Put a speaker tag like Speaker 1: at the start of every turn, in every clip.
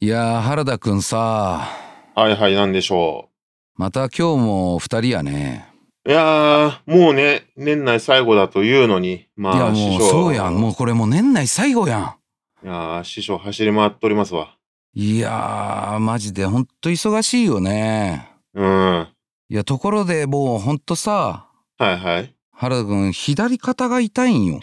Speaker 1: いやー原田くんさ
Speaker 2: はいはい、なんでしょ
Speaker 1: また今日も二人やね
Speaker 2: う。いやー、もうね、年内最後だというのに、まあ、
Speaker 1: いやも
Speaker 2: 師
Speaker 1: う
Speaker 2: 匠。
Speaker 1: そうやんもうこれもう年内最後や
Speaker 2: いやー、師匠走り回っておりますわ。
Speaker 1: んいやーマジでほんと忙しいよね
Speaker 2: うん。はい
Speaker 1: やところでもうほんとさ
Speaker 2: いはい。
Speaker 1: 原田くん左肩が痛いん よ。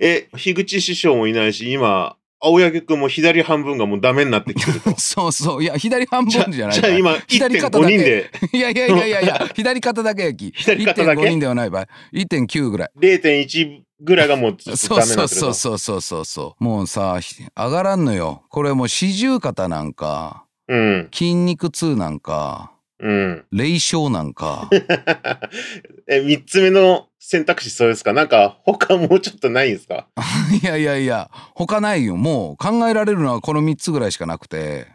Speaker 2: え、樋口師匠もいないし、今、青柳くんも左半分がもうダメになってきてると
Speaker 1: そうそういや左半
Speaker 2: じゃ
Speaker 1: 分じゃない
Speaker 2: じゃあ今、
Speaker 1: 左
Speaker 2: 1.5
Speaker 1: 肩だけ
Speaker 2: 人で、
Speaker 1: いやいやいやいやい や左肩だけやき
Speaker 2: 左肩だけ
Speaker 1: 1.5人ではない場合1.9ぐらい
Speaker 2: 0.1ぐらいがもうずっと
Speaker 1: そう
Speaker 2: ダメに
Speaker 1: そ
Speaker 2: な
Speaker 1: う
Speaker 2: ってる
Speaker 1: そ
Speaker 2: と
Speaker 1: う。そうそうそうそうもうさひ上がらんのよこれもう四十肩なんか
Speaker 2: うん。
Speaker 1: 筋肉痛なんか
Speaker 2: うん。
Speaker 1: 霊障なんか
Speaker 2: え、3つ目の選択肢そうですかなんか、他もうちょっとないんですか
Speaker 1: いやいやいや他ないよもう考えられるのはこの3つぐらいしかなくて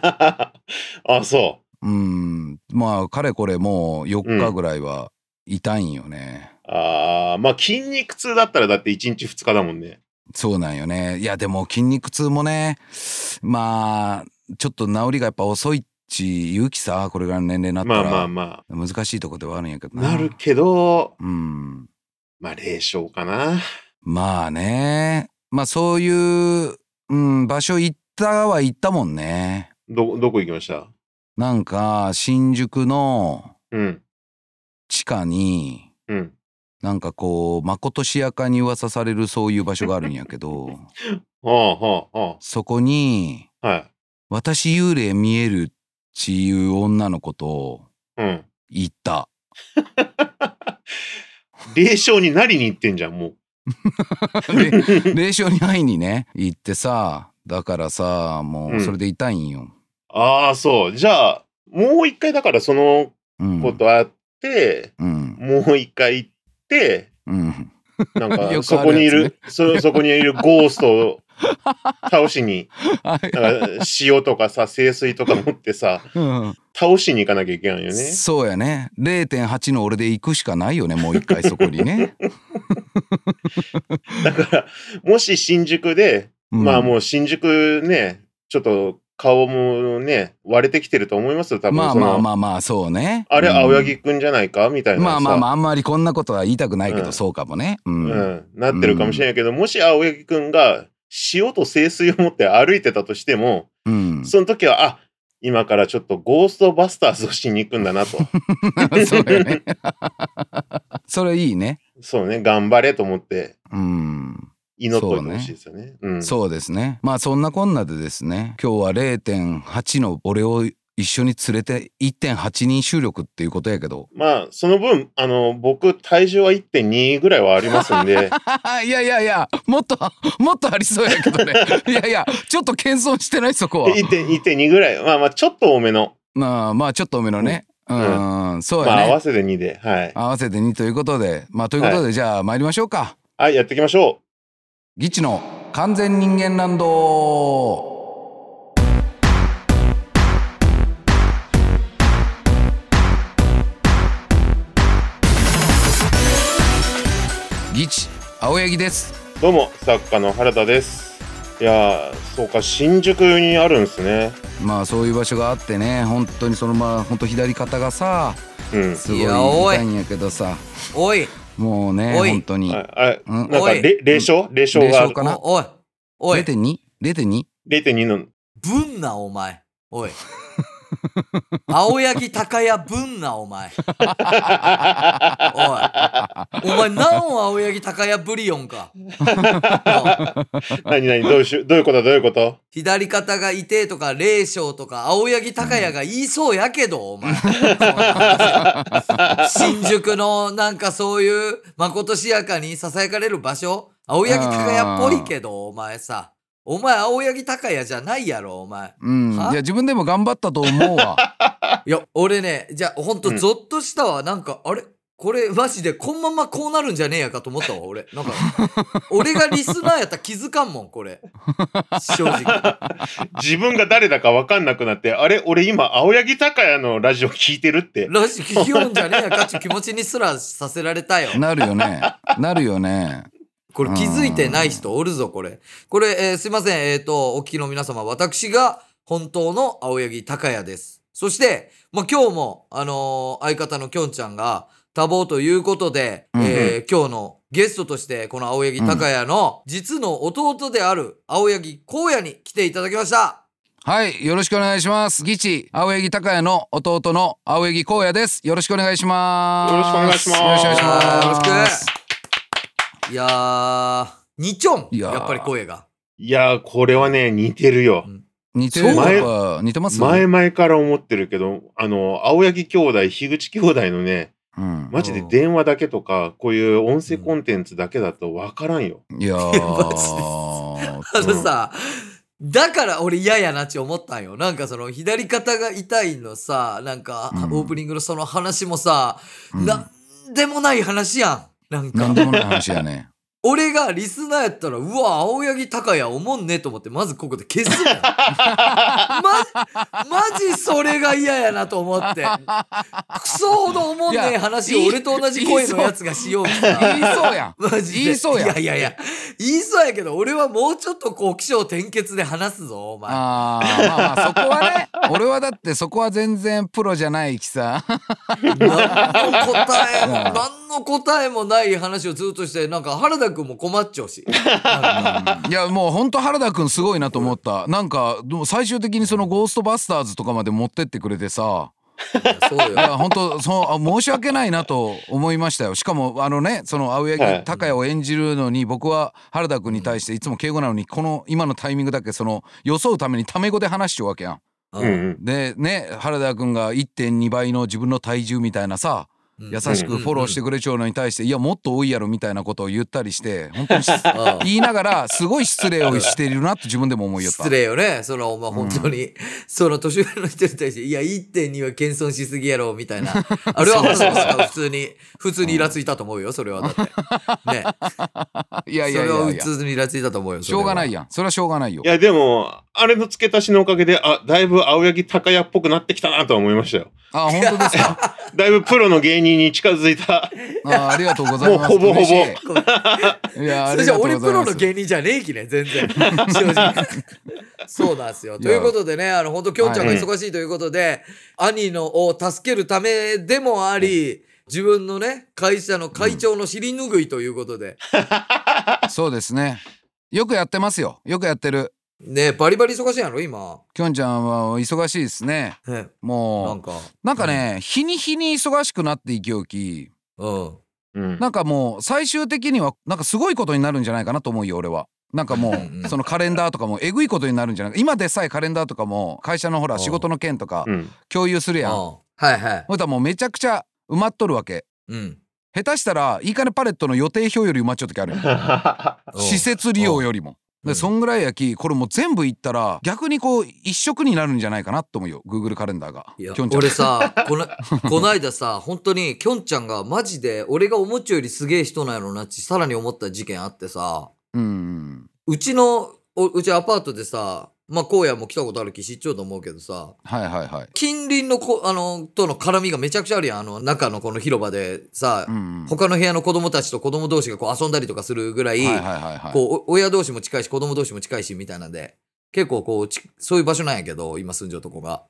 Speaker 2: あ、そう。
Speaker 1: うんまあかれこれもう4日ぐらいは痛いんよね、
Speaker 2: ああ、まあ筋肉痛だったらだって1日2日だもんね。
Speaker 1: そうなんよねいやでも筋肉痛もねまあちょっと治りがやっぱ遅いっち言うきさこれぐらいの年齢になった
Speaker 2: まあ
Speaker 1: ら、
Speaker 2: まあま
Speaker 1: 難しいとこではあるんやけど
Speaker 2: あ。
Speaker 1: な
Speaker 2: なるけど、
Speaker 1: うん
Speaker 2: まあ霊障かな。
Speaker 1: まあねまあそういう、うん、場所行ったは行ったもんね
Speaker 2: ど、どこ行きました
Speaker 1: なんか新宿の
Speaker 2: うん、
Speaker 1: 地下に
Speaker 2: うん。
Speaker 1: なんかこうまことしやかに噂されるそういう場所があるんやけ ど
Speaker 2: はあはあは
Speaker 1: そこに
Speaker 2: あ。はい。
Speaker 1: 「私幽霊見える」っていう女の子と
Speaker 2: うん。
Speaker 1: 行 った。
Speaker 2: 霊障になりに行ってんじゃん、もう。
Speaker 1: で霊障に会いにね行ってさだからさもうそれで痛いんよ。
Speaker 2: ああ、そう。じゃあ、もう一回だからその
Speaker 1: うん、
Speaker 2: ことあって、
Speaker 1: うん
Speaker 2: もう一回行って、
Speaker 1: うん、
Speaker 2: なん
Speaker 1: よくあるや
Speaker 2: か
Speaker 1: つね
Speaker 2: そこにいる、そそこにいるゴースト を倒しに、
Speaker 1: あ
Speaker 2: なんか塩とかさ、清水とか持ってさ、
Speaker 1: うん
Speaker 2: 倒しに行かなきゃいけないよね。
Speaker 1: そうやね0.8の俺で行くしかないよねもう一回そこに ね。
Speaker 2: だから、もし新宿で、まあもう新宿ね、ちょっと顔もね、割れてきてると思いますよ、多分
Speaker 1: まあ
Speaker 2: その。
Speaker 1: まあまあまあそうね。
Speaker 2: あれ、
Speaker 1: うん
Speaker 2: 青柳くんじゃないかみたいなさ。
Speaker 1: まあまあまああんまりこんなことは言いたくないけど、
Speaker 2: うん
Speaker 1: そうかもね。う。
Speaker 2: うんん、なってるかもしれないけど、もし青柳くんが塩と清水を持って歩いてたとしても、
Speaker 1: うん、 そ
Speaker 2: その時は、あ今からちょっとゴーストバスターズをしに行くんだ なと。
Speaker 1: うやね。 それいいね。
Speaker 2: そうね、頑張れと思って
Speaker 1: うん、
Speaker 2: 祈っといてほしいですよね。うん。
Speaker 1: そうですね。まあそんなこんなでですね、今日は0.8の俺を一緒に連れて1.8人収録っていうことやけど。
Speaker 2: まあ、その分、あの、僕、体重は1.2ぐらいはありますんで。
Speaker 1: いやいやいや、もっと もっとありそうやけどね。 いやいや、ちょっと謙遜して ないそこは。
Speaker 2: 1.2ぐらい。まあまあ、ちょっと多めの。
Speaker 1: まあまあちょっと多めのね。うん、そうや
Speaker 2: まあ、
Speaker 1: ね。
Speaker 2: 合わせて2で。はい。
Speaker 1: 合わせて2ということでまあということで、じゃあ参りましょうか
Speaker 2: はい、やっていきましょ
Speaker 1: ギチの完全人間ランドギチ青柳です
Speaker 2: う。どうも、作家の原田です。いやー、そうか、新宿にあるんですね。
Speaker 1: まあそういう場所があってね本当にそのまあ本当左肩がさ
Speaker 2: うん。
Speaker 1: すごい
Speaker 3: いやおい
Speaker 1: 痛いんやけどさ
Speaker 3: おい
Speaker 1: もうね
Speaker 3: おい
Speaker 1: 本当に
Speaker 2: ああれ、
Speaker 1: うん
Speaker 2: なんか、
Speaker 3: おい
Speaker 2: れ霊障霊障がある
Speaker 1: 霊かな
Speaker 3: おおいおい
Speaker 1: 0.2?0.2?
Speaker 2: 0.2の。
Speaker 3: ぶんなお前おい青柳高屋ぶんなお前お前何を青柳高屋ブリオンかおう
Speaker 2: 何何どういうしゅどういうことどういうこと
Speaker 3: 左肩が痛えとか霊障とか青柳高屋が言いそうやけどお前そんな話新宿のなんかそういうまことしやかにささやかれる場所青柳高屋っぽいけどお前さお前青柳高屋じゃないやろお前
Speaker 1: うんい
Speaker 3: は
Speaker 1: や自分でも頑張ったと思うわ
Speaker 3: いや、俺ね、じゃあ、ほん
Speaker 2: う
Speaker 3: と、
Speaker 2: ん
Speaker 3: ゾッとしたわ。なんか、あれこれ、マジで、こんままこうなるんじゃねえやかと思ったわ、俺。なんか、俺がリスナーやったら気づかんもん、これ。正直。
Speaker 2: 自分が誰だか分かんなくなって、あれ俺今、青柳高也のラジオ聞いてるって。
Speaker 3: ラジ聞きよんじゃねえやかっていう気持ちにすらさせられたよ。
Speaker 1: なるよねなるよね
Speaker 3: これ気づいてない人おるぞ、これ。これ、えーすいません。えっ、と、お聞きの皆様、私が本当の青柳高也です。そして、まあ、今日も、あのー相方のきょんちゃんが多忙ということで、
Speaker 1: うん
Speaker 3: えー今日のゲストとして、この青柳高也の実の弟である青柳光也に来ていただきました。
Speaker 1: はい、よろしくお願いします。ギチ、青柳高也の弟の青柳光也です。よろしくお願いします。
Speaker 2: よろしくお願いします
Speaker 1: よろしくお願いします。
Speaker 3: よろしく。いやー、にちょん、
Speaker 1: いやー
Speaker 3: やっぱり声が。
Speaker 2: いやー、これはね、似てるよ。
Speaker 1: 似てるやっぱ似てます
Speaker 2: 前々から思ってるけど、あの、青柳兄弟、樋口兄弟のね、
Speaker 1: うん。
Speaker 2: マジで電話だけとか、こういう音声コンテンツだけだと分からんよ。
Speaker 1: いや
Speaker 3: マジ
Speaker 1: ー。
Speaker 3: あのさ、だから俺嫌やなって思ったんよ。なんかその左肩が痛いのさ、なんか
Speaker 1: うん
Speaker 3: オープニングのその話もさ、
Speaker 1: うん、
Speaker 3: なんでもない話やん。なん
Speaker 1: な
Speaker 3: か
Speaker 1: ん、でもない話やね。
Speaker 3: 俺がリスナーやったら、うわ、青柳高也おもんねと思って、まずここで消すもん マジ、マジそれが嫌やなと思って。クソほどおもんねえ話
Speaker 1: い
Speaker 3: を
Speaker 1: や
Speaker 3: 俺と同じ声のやつがしようきた
Speaker 1: 言いそうやん。
Speaker 3: マジで
Speaker 1: 言いそうやん
Speaker 3: いやいやいや、言いそうやけど、俺はもうちょっとこう、気象転結で話すぞ、お前。
Speaker 1: あーまあまあそこはね俺はだってそこは全然プロじゃないきさ
Speaker 3: 何の答えも、
Speaker 1: うん
Speaker 3: 何の答えもない話をずっとして、なんか原田くんも困っちゃうし。
Speaker 1: いやもうほんと原田くんすごいなと思ったなんかでも最終的にその「ゴーストバスターズ」とかまで持ってってくれてさ
Speaker 3: いやそう
Speaker 1: い
Speaker 3: よ。
Speaker 1: や本当そうあ申し訳ないなと思いましたよしかもあのねその青
Speaker 2: はい
Speaker 1: 柳高也を演じるのに僕は原田くんに対していつも敬語なのにこの今のタイミングだけその装うためにタメ語で話しちゃうわけやん。
Speaker 2: うんうん。
Speaker 1: でね原田くんが1.2倍の自分の体重みたいなさ
Speaker 3: うん
Speaker 1: 優しくフォローしてくれちゃうのに対して、いやもっと多いやろみたいなことを言ったりして本当にし
Speaker 3: ああ
Speaker 1: 言いながらすごい失礼をしているなと自分でも思いよった
Speaker 3: 失礼よね。その、お前本当に、その年上の人に対して、いや、1.2は謙遜しすぎやろ、みた いな。あれは原田さんが普通に、普通にイラついたと思うよ、それはだって。ね。
Speaker 1: いやい
Speaker 3: そ
Speaker 1: やい
Speaker 3: れは
Speaker 1: や
Speaker 3: 普
Speaker 1: いや
Speaker 3: 通にイラついたと思うよ。
Speaker 1: しょうがないや
Speaker 3: や。
Speaker 1: んそれはしょうがないよ
Speaker 2: いや、でも、あれの付け足しのおかげで、あ、だいぶ青柳高也っぽくなってきたなとは思いましたよ。
Speaker 1: あ本当ですか
Speaker 2: だいぶプロの芸人に近づいた。
Speaker 1: あありがとうございます
Speaker 2: もうほぼほ
Speaker 1: 嬉
Speaker 2: ぼ
Speaker 1: しいいやあ
Speaker 3: そ
Speaker 1: り
Speaker 3: れじ
Speaker 1: が
Speaker 3: ゃ
Speaker 1: とうござい
Speaker 3: 俺
Speaker 1: ます
Speaker 3: プロの芸人じゃねえきね、全然。正 直。そうなんですよ。ということでね、あの、本当きょんちゃんが忙しいということで、兄のを助けるためでもあり、自分のね、会社の会長の尻拭いということで、
Speaker 1: そうですねよくやってますよよくやってる
Speaker 3: ね、バリバリ忙しいやろ、今。
Speaker 1: きょんちゃんは忙しいですね
Speaker 3: ね、な
Speaker 1: も
Speaker 3: ん
Speaker 1: う
Speaker 3: か。
Speaker 1: なんかね、日に日に忙しくなっていきおき
Speaker 3: うん。
Speaker 2: うん。
Speaker 1: なんかもう最終的にはなんかすごいことになるんじゃないかなと思うよ俺は。なんかも
Speaker 3: うんうん
Speaker 1: うそのカレンダーとかもえぐいことになるんじゃないか今でさえカレンダーとかも会社のほ
Speaker 3: う
Speaker 1: ら
Speaker 3: ん
Speaker 1: 仕事の件とか
Speaker 2: うん。
Speaker 1: 共有する
Speaker 3: うん。
Speaker 1: やん。
Speaker 3: はいはい。
Speaker 1: ほいたらもうめちゃくちゃ埋まっとるわけ。
Speaker 3: うん。
Speaker 1: 下手したらいいかねパレットの予定表より埋まっちゃう時あるよ施設利用よりも。
Speaker 3: う
Speaker 1: で
Speaker 3: ん
Speaker 1: そんぐらいやきこれもう全部行ったら逆にこう一色になるんじゃないかなと思うよ Google カレンダーが。
Speaker 3: いや
Speaker 1: きょんちゃん
Speaker 3: 俺さこのこないださ本当にきょんちゃんがマジで俺が思っちゃうよりすげえ人なんやろなってさらに思った事件あってさ
Speaker 1: うんうん
Speaker 3: うちのおうちアパートでさまあ荒野も来たことあるき知っちゃうと思うけどさ
Speaker 1: はいはいはい。
Speaker 3: 近隣のこあのとの絡みがめちゃくちゃあるやんあの中のこの広場でさ、
Speaker 1: うんうん
Speaker 3: 他の部屋の子供たちと子供同士がこう遊んだりとかするぐらい、
Speaker 1: はいはいはいはい。
Speaker 3: こうお親同士も近いし子供同士も近いしみたいなんで結構こうちそういう場所なんやけど今住んじゃうとこが。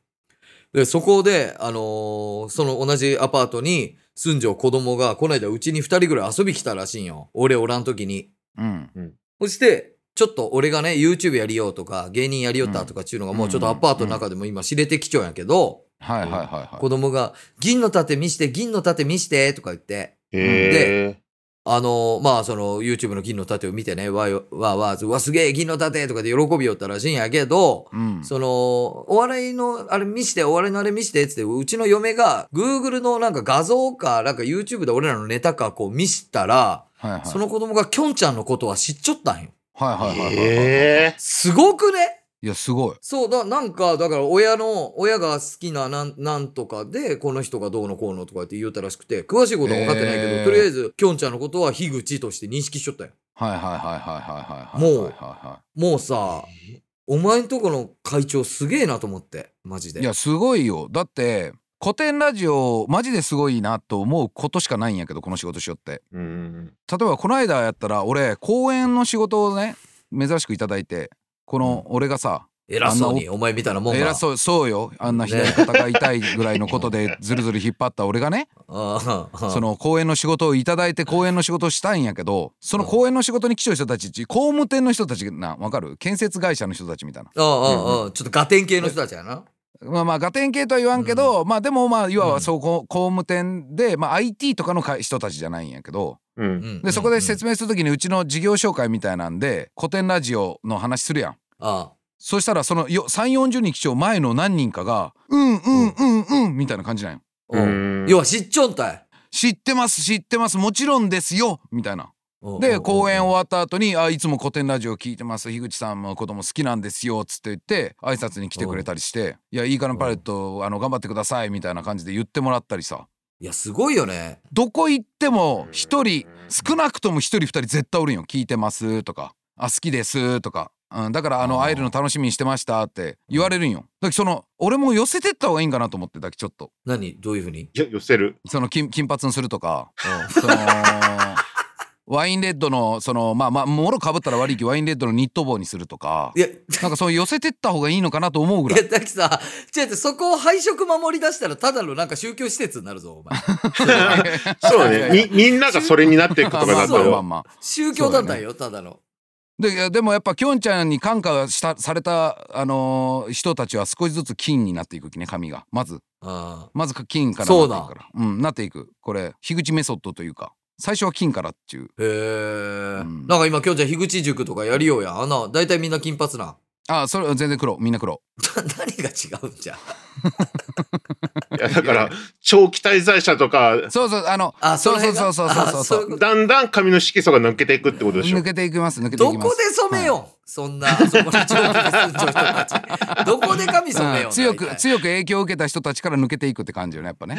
Speaker 3: でそこで、あのーその同じアパートに住んじゃう子供がこの間うちに2人ぐらい遊び来たらしいんよ俺おらん時に。
Speaker 1: うん
Speaker 3: そしてちょっと俺がね YouTube やりようとか芸人やりよったとかっていうのがもうちょっとアパートの中でも今知れてきちゃうんやけど、
Speaker 1: はいはいはいはい
Speaker 3: 子。供が「銀の盾見して銀の盾見して」とか言って
Speaker 2: へ
Speaker 3: あのまあその YouTube の銀の盾を見てね、わいわわわうわすげえ銀の盾とかで喜びよったらしいんやけど、
Speaker 1: うん
Speaker 3: そのお笑いのあれ見してお笑いのあれ見してっつってうちの嫁が Google のなんか画像かなんか YouTube で俺らのネタかこう見したら、
Speaker 1: はいはい
Speaker 3: その子供がきょんちゃんのことは知っちゃったんよ。
Speaker 1: はいはいはいはいはい。
Speaker 2: え。
Speaker 3: すごくね
Speaker 1: いやすごい。
Speaker 3: そうだ、なんか、だから親の、親が好きななん、なんとかで、この人がどうのこうのとかって言うたらしくて、詳しいことは分かってないけど、
Speaker 1: へー
Speaker 3: とりあえず、きょんちゃんのことは樋口として認識しちゃったよ。
Speaker 1: はいはいはいはいはいはいはい。
Speaker 3: もう
Speaker 1: はいは
Speaker 3: もうさ、お前んとこの会長すげえなと思って、マジ
Speaker 1: い
Speaker 3: で。
Speaker 1: はい。いやすごいよ。だって古典ラジオマジですごいなと思うことしかないんやけどこの仕事しよって
Speaker 2: うん。
Speaker 1: 例えばこの間やったら俺公演の仕事をね珍しくいただいてこの俺がさ、
Speaker 3: 偉そうに、お前みたいなもんが。
Speaker 1: 偉そうそうよあんな左肩が痛いぐらいのこと でずるずる引っ張った俺がね
Speaker 3: ああ。
Speaker 1: その公演の仕事をいただいて公演の仕事をしたいんやけどその公演の仕事に来ちゃう人たち工務店の人たちなわかる建設会社の人たちみたいな
Speaker 3: ああああ、ちょっとガテン系の人たちやな。
Speaker 1: まあまあガテン系とは言わんけど、まあでもまあいわばそうこう工務店で、まあ、IT とかの会人たちじゃないんやけど
Speaker 2: う。
Speaker 3: うんん
Speaker 1: でそこで説明するときにうちの事業紹介みたいなんで古典ラジオの話するやん。
Speaker 3: あ
Speaker 1: そしたらそのよ3 4 0人基調前の何人かが「うんうんうんうん」みたいな感じなんよ。
Speaker 3: あ。うん。要は知っちょんたい。
Speaker 1: 知ってます知ってますもちろんですよみたいな。
Speaker 3: うん
Speaker 1: で公演終わった後にあ「いつも古典ラジオ聞いてます樋口さんも子供好きなんですよ」っつって言って挨拶に来てくれたりして「いやいいかなパレットあの頑張ってください」みたいな感じで言ってもらったりさ
Speaker 3: いや、すごいよね。
Speaker 1: どこ行っても一人少なくとも一人二人絶対おるんよ「聞いてます」とか「あ好きです」とか、うん、だからあ
Speaker 3: あ
Speaker 1: の
Speaker 3: ー
Speaker 1: 会えるの楽しみにしてましたって言われるんよだけどその俺も寄せてった方がいいんかなと思ってだけどちょっと
Speaker 3: 何どういうふうに
Speaker 2: よ寄 せる。
Speaker 1: その金金髪にするとか、そのワインレッドのそのまあまあもろかぶったら悪いけどワインレッドのニット帽にすると か
Speaker 3: いや、い
Speaker 1: なんかそういう寄せてった方がいいのかなと思うぐらい
Speaker 3: や、だきさ、ちょっとそこを配色守り出したら、ただのなんか宗教施設になるぞ、お前。
Speaker 2: そうね。み、みんながそれになっていくと
Speaker 1: ま
Speaker 2: か
Speaker 1: あま
Speaker 2: だ
Speaker 1: あまあま あ
Speaker 2: と。
Speaker 1: まあ
Speaker 3: 宗教団体よ、ただの。
Speaker 1: でいやでもやっぱきょんちゃんに感化したされた、あのー人たちは少しずつ金になっていくきね髪がまず
Speaker 3: あ
Speaker 1: まずか金から
Speaker 3: そうだ
Speaker 1: なっていくからうん、なっていくこれ樋口メソッドというか最初は金からっていう
Speaker 3: あ。へえ。
Speaker 1: ん
Speaker 3: なんか今、今日じゃん樋口塾とかやりようやん。あんな、大体みんな金髪な。
Speaker 1: あそれ全然黒みんな黒
Speaker 3: な何が違うんじゃん。
Speaker 2: いや、だから、長期滞在者とか、
Speaker 1: そうそうあの
Speaker 3: あ、
Speaker 1: そ
Speaker 3: そう
Speaker 1: そうそうそうそうそう
Speaker 3: ういうこと
Speaker 2: だんだん髪の色素が抜けていくってことでしょ
Speaker 1: 抜。けていきます抜けてい
Speaker 3: ど
Speaker 1: きます
Speaker 3: こで染めよん、そんな、あそこに長期に住んじょる人たち。どこで髪染めよ
Speaker 1: うん
Speaker 3: ん。
Speaker 1: 強
Speaker 3: 大
Speaker 1: く
Speaker 3: 体
Speaker 1: 強く影響を受けた人たちから抜けていくって感じよねやっぱね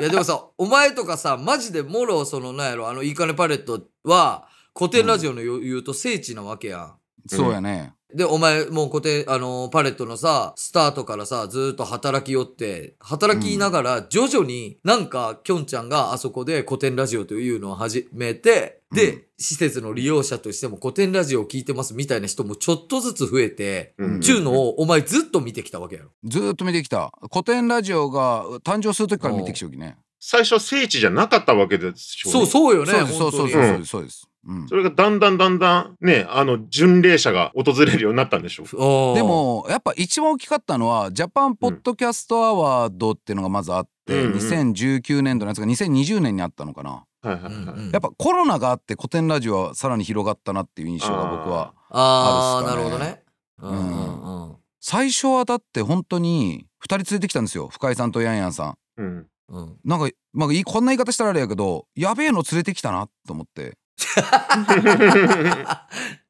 Speaker 3: いやでもさ、お前とかさ、マジでもろ、その、なんやろ、あの、いいかねパレットは、古典ラジオの言う,、言うと聖地なわけや
Speaker 1: そうやね、
Speaker 3: ん。で、お前、もう古典、あの、パレットのさ、スタートからさ、ずーっと働きよって、働きながら、徐々になんか、きょんちゃんがあそこで古典ラジオというのを始めて、で、
Speaker 1: う
Speaker 3: 施設の利用者としても古典ラジオを聞いてますみたいな人もちょっとずつ増えて、
Speaker 2: うん
Speaker 3: ちゅうのをお前ずっと見てきたわけやろ。
Speaker 1: ずーっと見てきた古典ラジオが誕生する時から見てきちゃうきね
Speaker 2: 最初聖地じゃなかったわけでしょ
Speaker 3: そう、そうよね。
Speaker 1: そうですそうそう
Speaker 3: 本当
Speaker 1: そ
Speaker 3: に
Speaker 1: うですそうです、うん、
Speaker 2: それがだんだんだんだんね、あの、巡礼者が訪れるようになったんでしょ
Speaker 3: おー
Speaker 1: でもやっぱ一番大きかったのはジャパンポッドキャストアワードっていうのがまずあって、
Speaker 2: うんうん
Speaker 1: 2019年度のやつが2020年にあったのかな、
Speaker 2: はいは
Speaker 3: う
Speaker 2: い
Speaker 3: んう
Speaker 2: はい。
Speaker 3: ん
Speaker 1: やっぱコロナがあって古典ラジオはさらに広がったなっていう印象が僕は
Speaker 3: ああ、
Speaker 1: あ
Speaker 3: なる
Speaker 1: る
Speaker 3: ほ
Speaker 1: っす
Speaker 3: ど
Speaker 1: かね
Speaker 3: ね。うんんうん
Speaker 1: 最初はだって本当に2人連れてきたんですよ深井さんとヤンヤンさん
Speaker 2: うん。
Speaker 3: うん。
Speaker 1: なんか、まあ、いいこんな言い方したらあれやけどやべえの連れてきたなと思って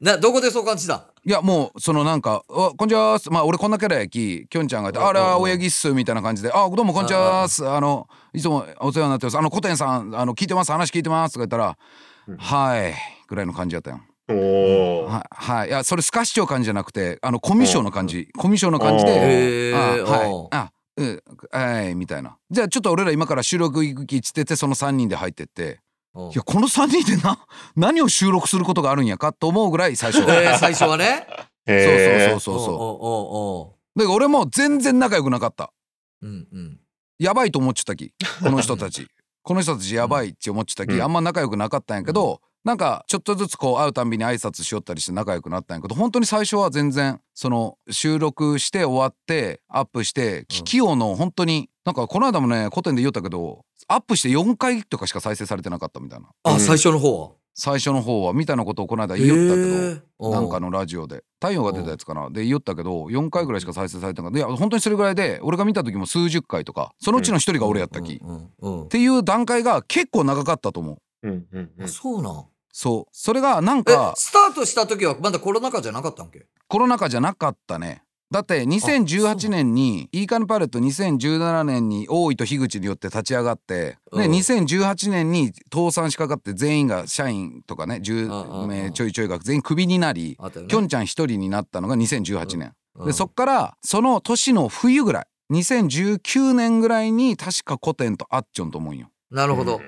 Speaker 3: な、どこでそう感じた
Speaker 1: いやもうそのなんか「あこんにちはっす」まあ俺こんなキャラやききょんちゃんがいて「
Speaker 3: うんうん
Speaker 1: あ
Speaker 3: うん
Speaker 1: ら親ぎっす」みたいな感じで「あどうもこんにちはっす」あの「いつもお世話になってます」「あの古典さんあの聞いてます話聞いてます」とか言ったら
Speaker 2: う
Speaker 1: 「
Speaker 2: ん
Speaker 1: はい」ぐらいの感じやったよ。
Speaker 2: おお。
Speaker 1: ははいいやそれスカッシュ感じじゃなくてあのコミュ障の感じコミュ障の感じ
Speaker 2: うん
Speaker 1: で「
Speaker 3: へえ。
Speaker 1: あ
Speaker 3: うん
Speaker 1: はいあうんはい」みたいな「じゃあちょっと俺ら今から収録行くき」っつっててその3人で入ってって
Speaker 3: うん
Speaker 1: いやこの3人でな 何を収録することがあるんやかと思うぐらい最初
Speaker 3: えー最初はね。
Speaker 2: へー
Speaker 1: そうそうそうそうそう。
Speaker 3: そ
Speaker 1: だから俺も全然仲良くなかった
Speaker 3: うん。うんうん。
Speaker 1: やばいと思っちゃったきこの人たちこの人たちやばいって思っちゃったき、
Speaker 2: うん
Speaker 1: あんま仲良くなかったんやけど、なんかちょっとずつこう会うたんびに挨拶しよったりして仲良くなったんやけど本当に最初は全然その収録して終わってアップして
Speaker 3: うん
Speaker 1: 聞きようの本当になんかこの間もね古典で言ったけどアップして4回とかしか再生されてなかったみたいな
Speaker 2: うん
Speaker 3: あ、最初の方は。
Speaker 1: 最初の方はみたいなことをこの間言いよったけど。
Speaker 3: ど
Speaker 1: なんかのラジオで太陽が出たやつかなで言ったけど4回ぐらいしか再生されてなかったいや本当にそれぐらいで俺が見た時も数十回とかそのうちの一人が俺やったき、っ
Speaker 3: うんうん
Speaker 1: ていう段階が結構長かったと思う
Speaker 2: うんうんう
Speaker 3: うん。
Speaker 2: ん
Speaker 3: そうなん。
Speaker 1: そうそれがなん
Speaker 3: え
Speaker 1: か、
Speaker 3: スタートした時はまだコロナ禍じゃなかったんけ
Speaker 1: コロナ禍じゃなかったねだって
Speaker 3: あそ
Speaker 1: 2018
Speaker 3: う
Speaker 1: 年にイーカンパレット2017年に大井と樋口によって立ち上がってで
Speaker 3: うん
Speaker 1: 2018年に倒産しかかって全員が社員とかね10名ちょいちょいが全員クビになり
Speaker 3: あったよね。
Speaker 1: きょんちゃん一人になったのが2018年。
Speaker 3: うん
Speaker 1: でそっからその年の冬ぐらい2019年ぐらいに確か古典とあっちょんと思うんよ。
Speaker 3: なるほど。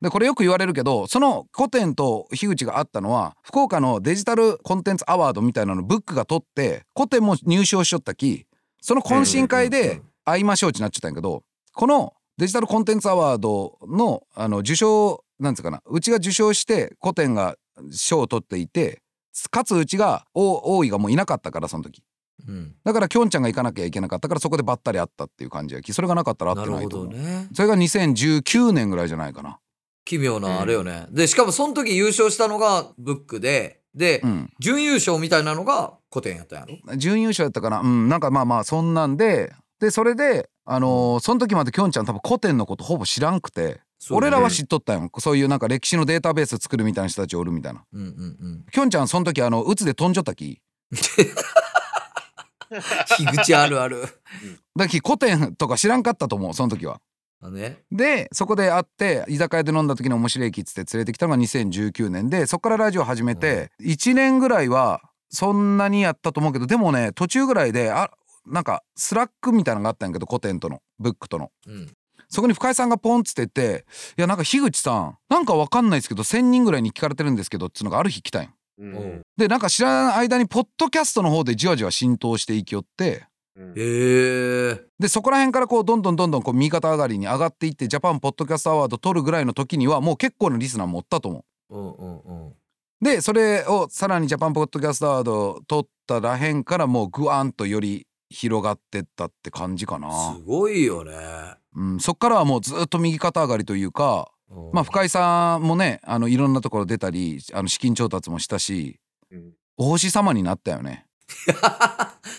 Speaker 1: でこれよく言われるけどその古典と樋口があったのは福岡のデジタルコンテンツアワードみたいなのブックが取って古典も入賞しよったきその懇親会
Speaker 3: うんうんうん
Speaker 1: で会いましょうってなっちゃったんやけどこのデジタルコンテンツアワードのあの受賞なんつうかなうちが受賞して古典が賞を取っていてかつうちがお王位がもういなかったからその時
Speaker 3: うん。
Speaker 1: だからきょんちゃんが行かなきゃいけなかったからそこでばったり会ったっていう感じやきそれがなかったら会
Speaker 3: な
Speaker 1: ってな
Speaker 3: る
Speaker 1: い
Speaker 3: ほ
Speaker 1: と思
Speaker 3: ど
Speaker 1: う、
Speaker 3: ね。
Speaker 1: それが2019年ぐらいじゃないかな。
Speaker 3: 奇妙なあれよね。で、しかもその時優勝したのがブックで、で、
Speaker 1: うん
Speaker 3: 準優勝みたいなのが古典やったんやろ。
Speaker 1: 準優勝やったかなうんなんかまあまあそんなんででそれであのーその時まできょんちゃん多分古典のことほぼ知らんくて
Speaker 3: そうだ
Speaker 1: 俺
Speaker 3: ね
Speaker 1: らは知っとったんよそういうなんか歴史のデータベース作るみたいな人たちおるみたいな
Speaker 3: うんうんうん。
Speaker 1: きょんちゃんその時あのうつで飛んじょったき
Speaker 3: 樋口あるある。
Speaker 1: だき古典とか知らんかったと思うその時は
Speaker 3: だね。
Speaker 1: でそこで会って居酒屋で飲んだ時に面白いきっつって連れてきたのが2019年でそっからラジオ始めて1年ぐらいはそんなにやったと思うけどでもね途中ぐらいであなんかスラックみたいなのがあったんやけど古典とのブックとの
Speaker 3: うん。
Speaker 1: そこに深井さんがポンっつってって「いやなんか樋口さんなんかわかんないですけど1,000人ぐらいに聞かれてるんですけど」っつうのがある日来たんよ。
Speaker 2: うん
Speaker 3: おう
Speaker 1: でなんか知らない間にポッドキャストの方でじわじわ浸透していきよって
Speaker 2: うん
Speaker 3: へえ。
Speaker 1: でそこら辺からこうどんどんどんどんこう右肩上がりに上がっていってジャパンポッドキャストアワード取るぐらいの時にはもう結構なリスナー持ったと思う。
Speaker 3: うんうんうん。
Speaker 1: でそれをさらにジャパンポッドキャストアワード取ったらへんからもうグワンとより広がってったって感じかな
Speaker 3: す。ごいよね。
Speaker 1: うん、そっからはもうずっと右肩上がりというか
Speaker 3: うん
Speaker 1: まあ、深井さんもねあのいろんなところ出たりあの資金調達もしたし
Speaker 2: うん
Speaker 1: お星様になったよね。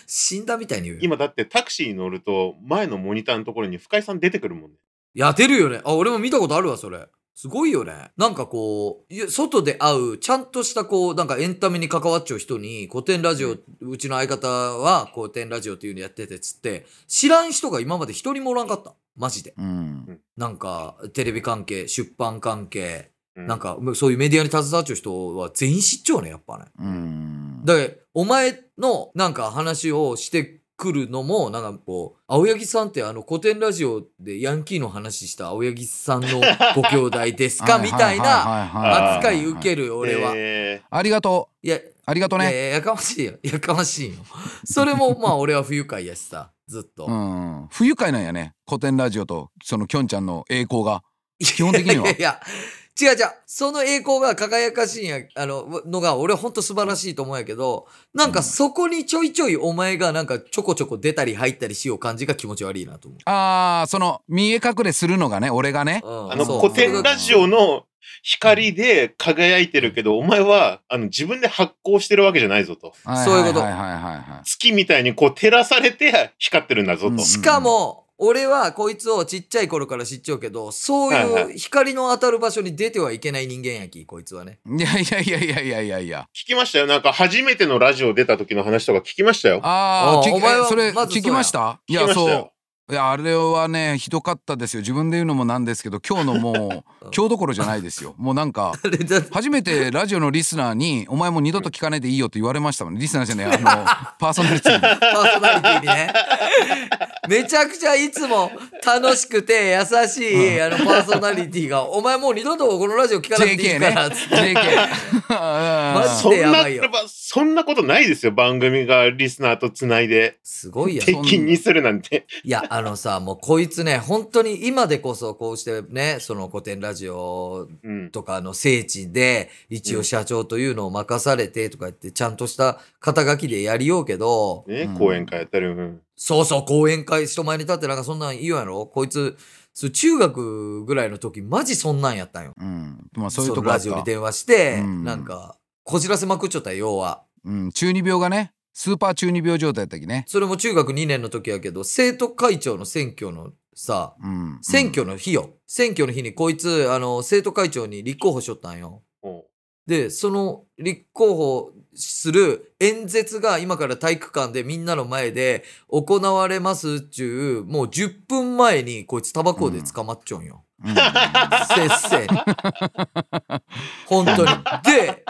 Speaker 3: 死んだみたいに言うよ。
Speaker 2: 今だってタクシーに乗ると前のモニターのところに深井さん出てくるもんね。
Speaker 3: やてるよね。あ、俺も見たことあるわ、それ。すごいよね。なんかこう、いや外で会う、ちゃんとしたこう、なんかエンタメに関わっちゃう人に、古典ラジオ、うちの相方は古典ラジオっていうのやっててっつって、知らん人が今まで一人もおらんかった。マジで。
Speaker 1: うん、
Speaker 3: なんか、テレビ関係、出版関係、
Speaker 2: う
Speaker 3: なんか、そういうメディアに携わっちゃう人は全員知っちゃうね、やっぱね。
Speaker 1: うん、
Speaker 3: だからお前のなんか話をしてくるのもなんかこう青柳さんってあの古典ラジオでヤンキーの話した青柳さんのご兄弟ですかみたいな
Speaker 1: な
Speaker 3: 扱い受け
Speaker 1: る
Speaker 3: る俺は。
Speaker 2: え
Speaker 1: ありがとう
Speaker 3: いや
Speaker 1: ありがとう
Speaker 3: い
Speaker 1: ね。
Speaker 3: やいややかましいよやかましいよ。それもまあ俺は不愉快やしさずっと。
Speaker 1: うん、不愉快なんやね古典ラジオとそのきょんちゃんの栄光が基本的にはい
Speaker 3: やいや違う違うその栄光が輝かしいんやあののが俺ほんと素晴らしいと思うんやけどなんかそこにちょいちょいお前がなんかちょこちょこ出たり入ったりしよう感じが気持ち悪いなと思う。
Speaker 1: あーその見え隠れするのがね俺がね
Speaker 2: ー
Speaker 3: あ
Speaker 2: あの
Speaker 1: そう
Speaker 2: 古典ラジオの光で輝いてるけど、お前はあの自分で発光してるわけじゃないぞと。
Speaker 1: は
Speaker 3: そういうこと
Speaker 1: はいはいはいはいはい
Speaker 2: 月みたいにこう照らされて光ってるんだぞ
Speaker 1: うん
Speaker 2: と。
Speaker 3: しかも、俺はこいつをちっちゃい頃から知っちゃうけど、そう
Speaker 2: はい
Speaker 3: い
Speaker 2: は
Speaker 3: う光の当たる場所に出てはいけない人間やき、こいつはね。
Speaker 1: いやいやいやいやいやいやいや
Speaker 2: 聞きましたよ。なんか初めてのラジオ出た時の話とか聞きましたよ。
Speaker 1: ああ
Speaker 3: あーお前は
Speaker 1: それ
Speaker 3: まずそ
Speaker 1: 聞
Speaker 3: うや
Speaker 1: きましたいや
Speaker 2: 聞きましたよ
Speaker 1: そういやあれはねひどかったですよ自分で言うのもなんですけど今日の もう
Speaker 3: うん
Speaker 1: 今日どころじゃないですよもうなんか
Speaker 3: あれだ
Speaker 1: 初めてラジオのリスナーに「お前もう二度と聞かないでいいよ」と言われましたもんねリスナーじゃねえ あのパーソナリティに
Speaker 3: パーソナリティにね。 めちゃくちゃいつも楽しくて優しいあのパーソナリティが、お前もう二度とこのラジオ聞かなくてい
Speaker 1: JK
Speaker 3: いか
Speaker 1: ね
Speaker 3: ら、つって
Speaker 1: JK
Speaker 3: マジ
Speaker 2: そ
Speaker 3: で
Speaker 2: ん
Speaker 3: や
Speaker 2: な
Speaker 3: ばいよ、
Speaker 2: そんなことないですよ。番組がリスナーとつないで、
Speaker 3: すごいやん
Speaker 1: そんな
Speaker 2: 敵にするなんて。
Speaker 3: いや、あのさ、もうこいつね、本当に今でこそこうしてね、その古典ラジオ
Speaker 2: うん。
Speaker 3: とかの聖地で一応社長というのを任されてとか言ってちゃんとした肩書きでやりようけど、
Speaker 2: ね、
Speaker 1: うん
Speaker 2: 講演会やったり、うん。
Speaker 3: そうそう講演会人前に立ってなんかそんなん言うやろこいつそう中学ぐらいの時マジそんなんやったんよ。
Speaker 1: うんまあそういうと
Speaker 3: の
Speaker 1: こあ
Speaker 3: ラ
Speaker 1: っ
Speaker 3: ジオに
Speaker 1: た
Speaker 3: 電話して、
Speaker 1: うん
Speaker 3: なんかこじらせまくっちゃったよ要は。
Speaker 1: うん中二病がねスーパー中二病状態やったきね
Speaker 3: それも中学2年の時やけど生徒会長の選挙のさ
Speaker 1: うん
Speaker 3: 選挙の日よ、選挙の日にこいつあの生徒会長に立候補しよったんよ。
Speaker 2: お
Speaker 3: で、その立候補する演説が今から体育館でみんなの前で行われますっちゅう、もう10分前にこいつタバコで捕まっちゃうんよ。
Speaker 1: うんうんうん
Speaker 3: 先生に。 本当に。で、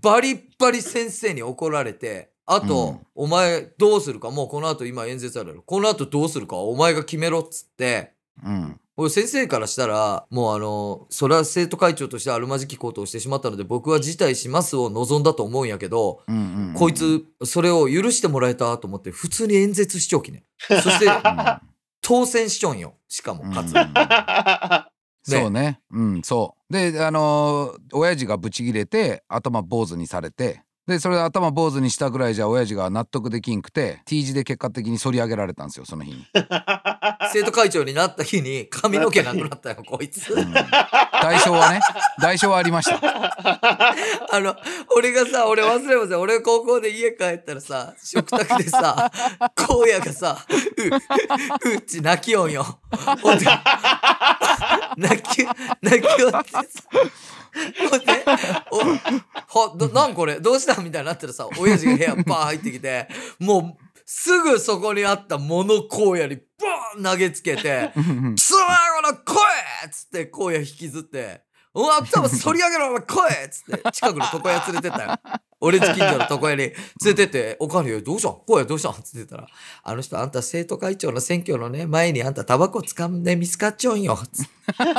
Speaker 3: バリッバリ先生に怒られて、あと、
Speaker 1: うん
Speaker 3: お前どうするか、もうこの後今演説あるやろこの後どうするかはお前が決めろっつって、
Speaker 1: うん
Speaker 3: 俺先生からしたら、もうあの、それは生徒会長としてあるまじきことをしてしまったので、僕は辞退しますを望んだと思うんやけど、
Speaker 1: うんうんうん
Speaker 3: こいつ、それを許してもらえたと思って、普通に演説しちょきね。そ して、当選しちょんよ。しかも、
Speaker 1: うん
Speaker 3: か つ。
Speaker 1: そうねうんそうであのー親父がブチギレて頭坊主にされてでそれで頭坊主にしたぐらいじゃ親父が納得できんくて T 字で結果的に反り上げられたんですよその日に、
Speaker 3: 生徒会長になった日に髪の毛なくなったよ、こいつ
Speaker 1: う。ん代償 はね代償はありました
Speaker 3: あの、俺がさ、俺忘れません。俺高校で家帰ったらさ、食卓でさ、荒野がさ、う、ううっち泣きよんよ。ほんで、泣き、泣きよってさ。ほんで、お、ほ、ど、なんこれどうしたみたいになったらさ、親父が部屋バーン入ってきて、もう、すぐそこにあった物荒野にバーン投げつけて、
Speaker 1: うん
Speaker 3: つまらの来いっつって荒野引きずって、お前頭反り上げろお前来いっつって、近くの床屋連れてったよ。俺近所の床屋に連れてって、おかわりよ、どうしたん荒野どうしたんつって言ったら、あの人あんた生徒会長の選挙のね、前にあんたタバコ掴んで見つかっちょんよ。つってほんで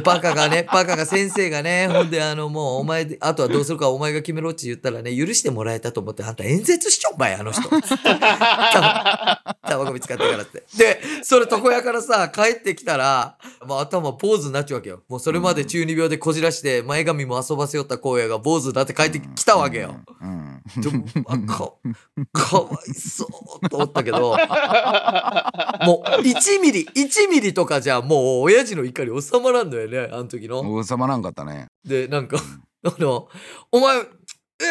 Speaker 3: バカがね、バカが先生がね、ほんであのもうお前で、あとはどうするかお前が決めろって言ったらね、許してもらえたと思って、あんた演説しちょんばい、あの人。つってタバコ見つかったからって。で、それ床屋からさ、帰ってきたら、まあ、頭ポーズになっちゃうわけよ。もうそれまで中二病でこじらして、前髪も遊ばせよった荒野が坊主になって帰ってきたわけ よ。
Speaker 1: うん
Speaker 3: でもあかかわいそうと思ったけどもう1ミリ1ミリとかじゃもう親父の怒り収まらんのよねあの時の。
Speaker 1: 王様なんかった ね
Speaker 3: でなんかあの「お前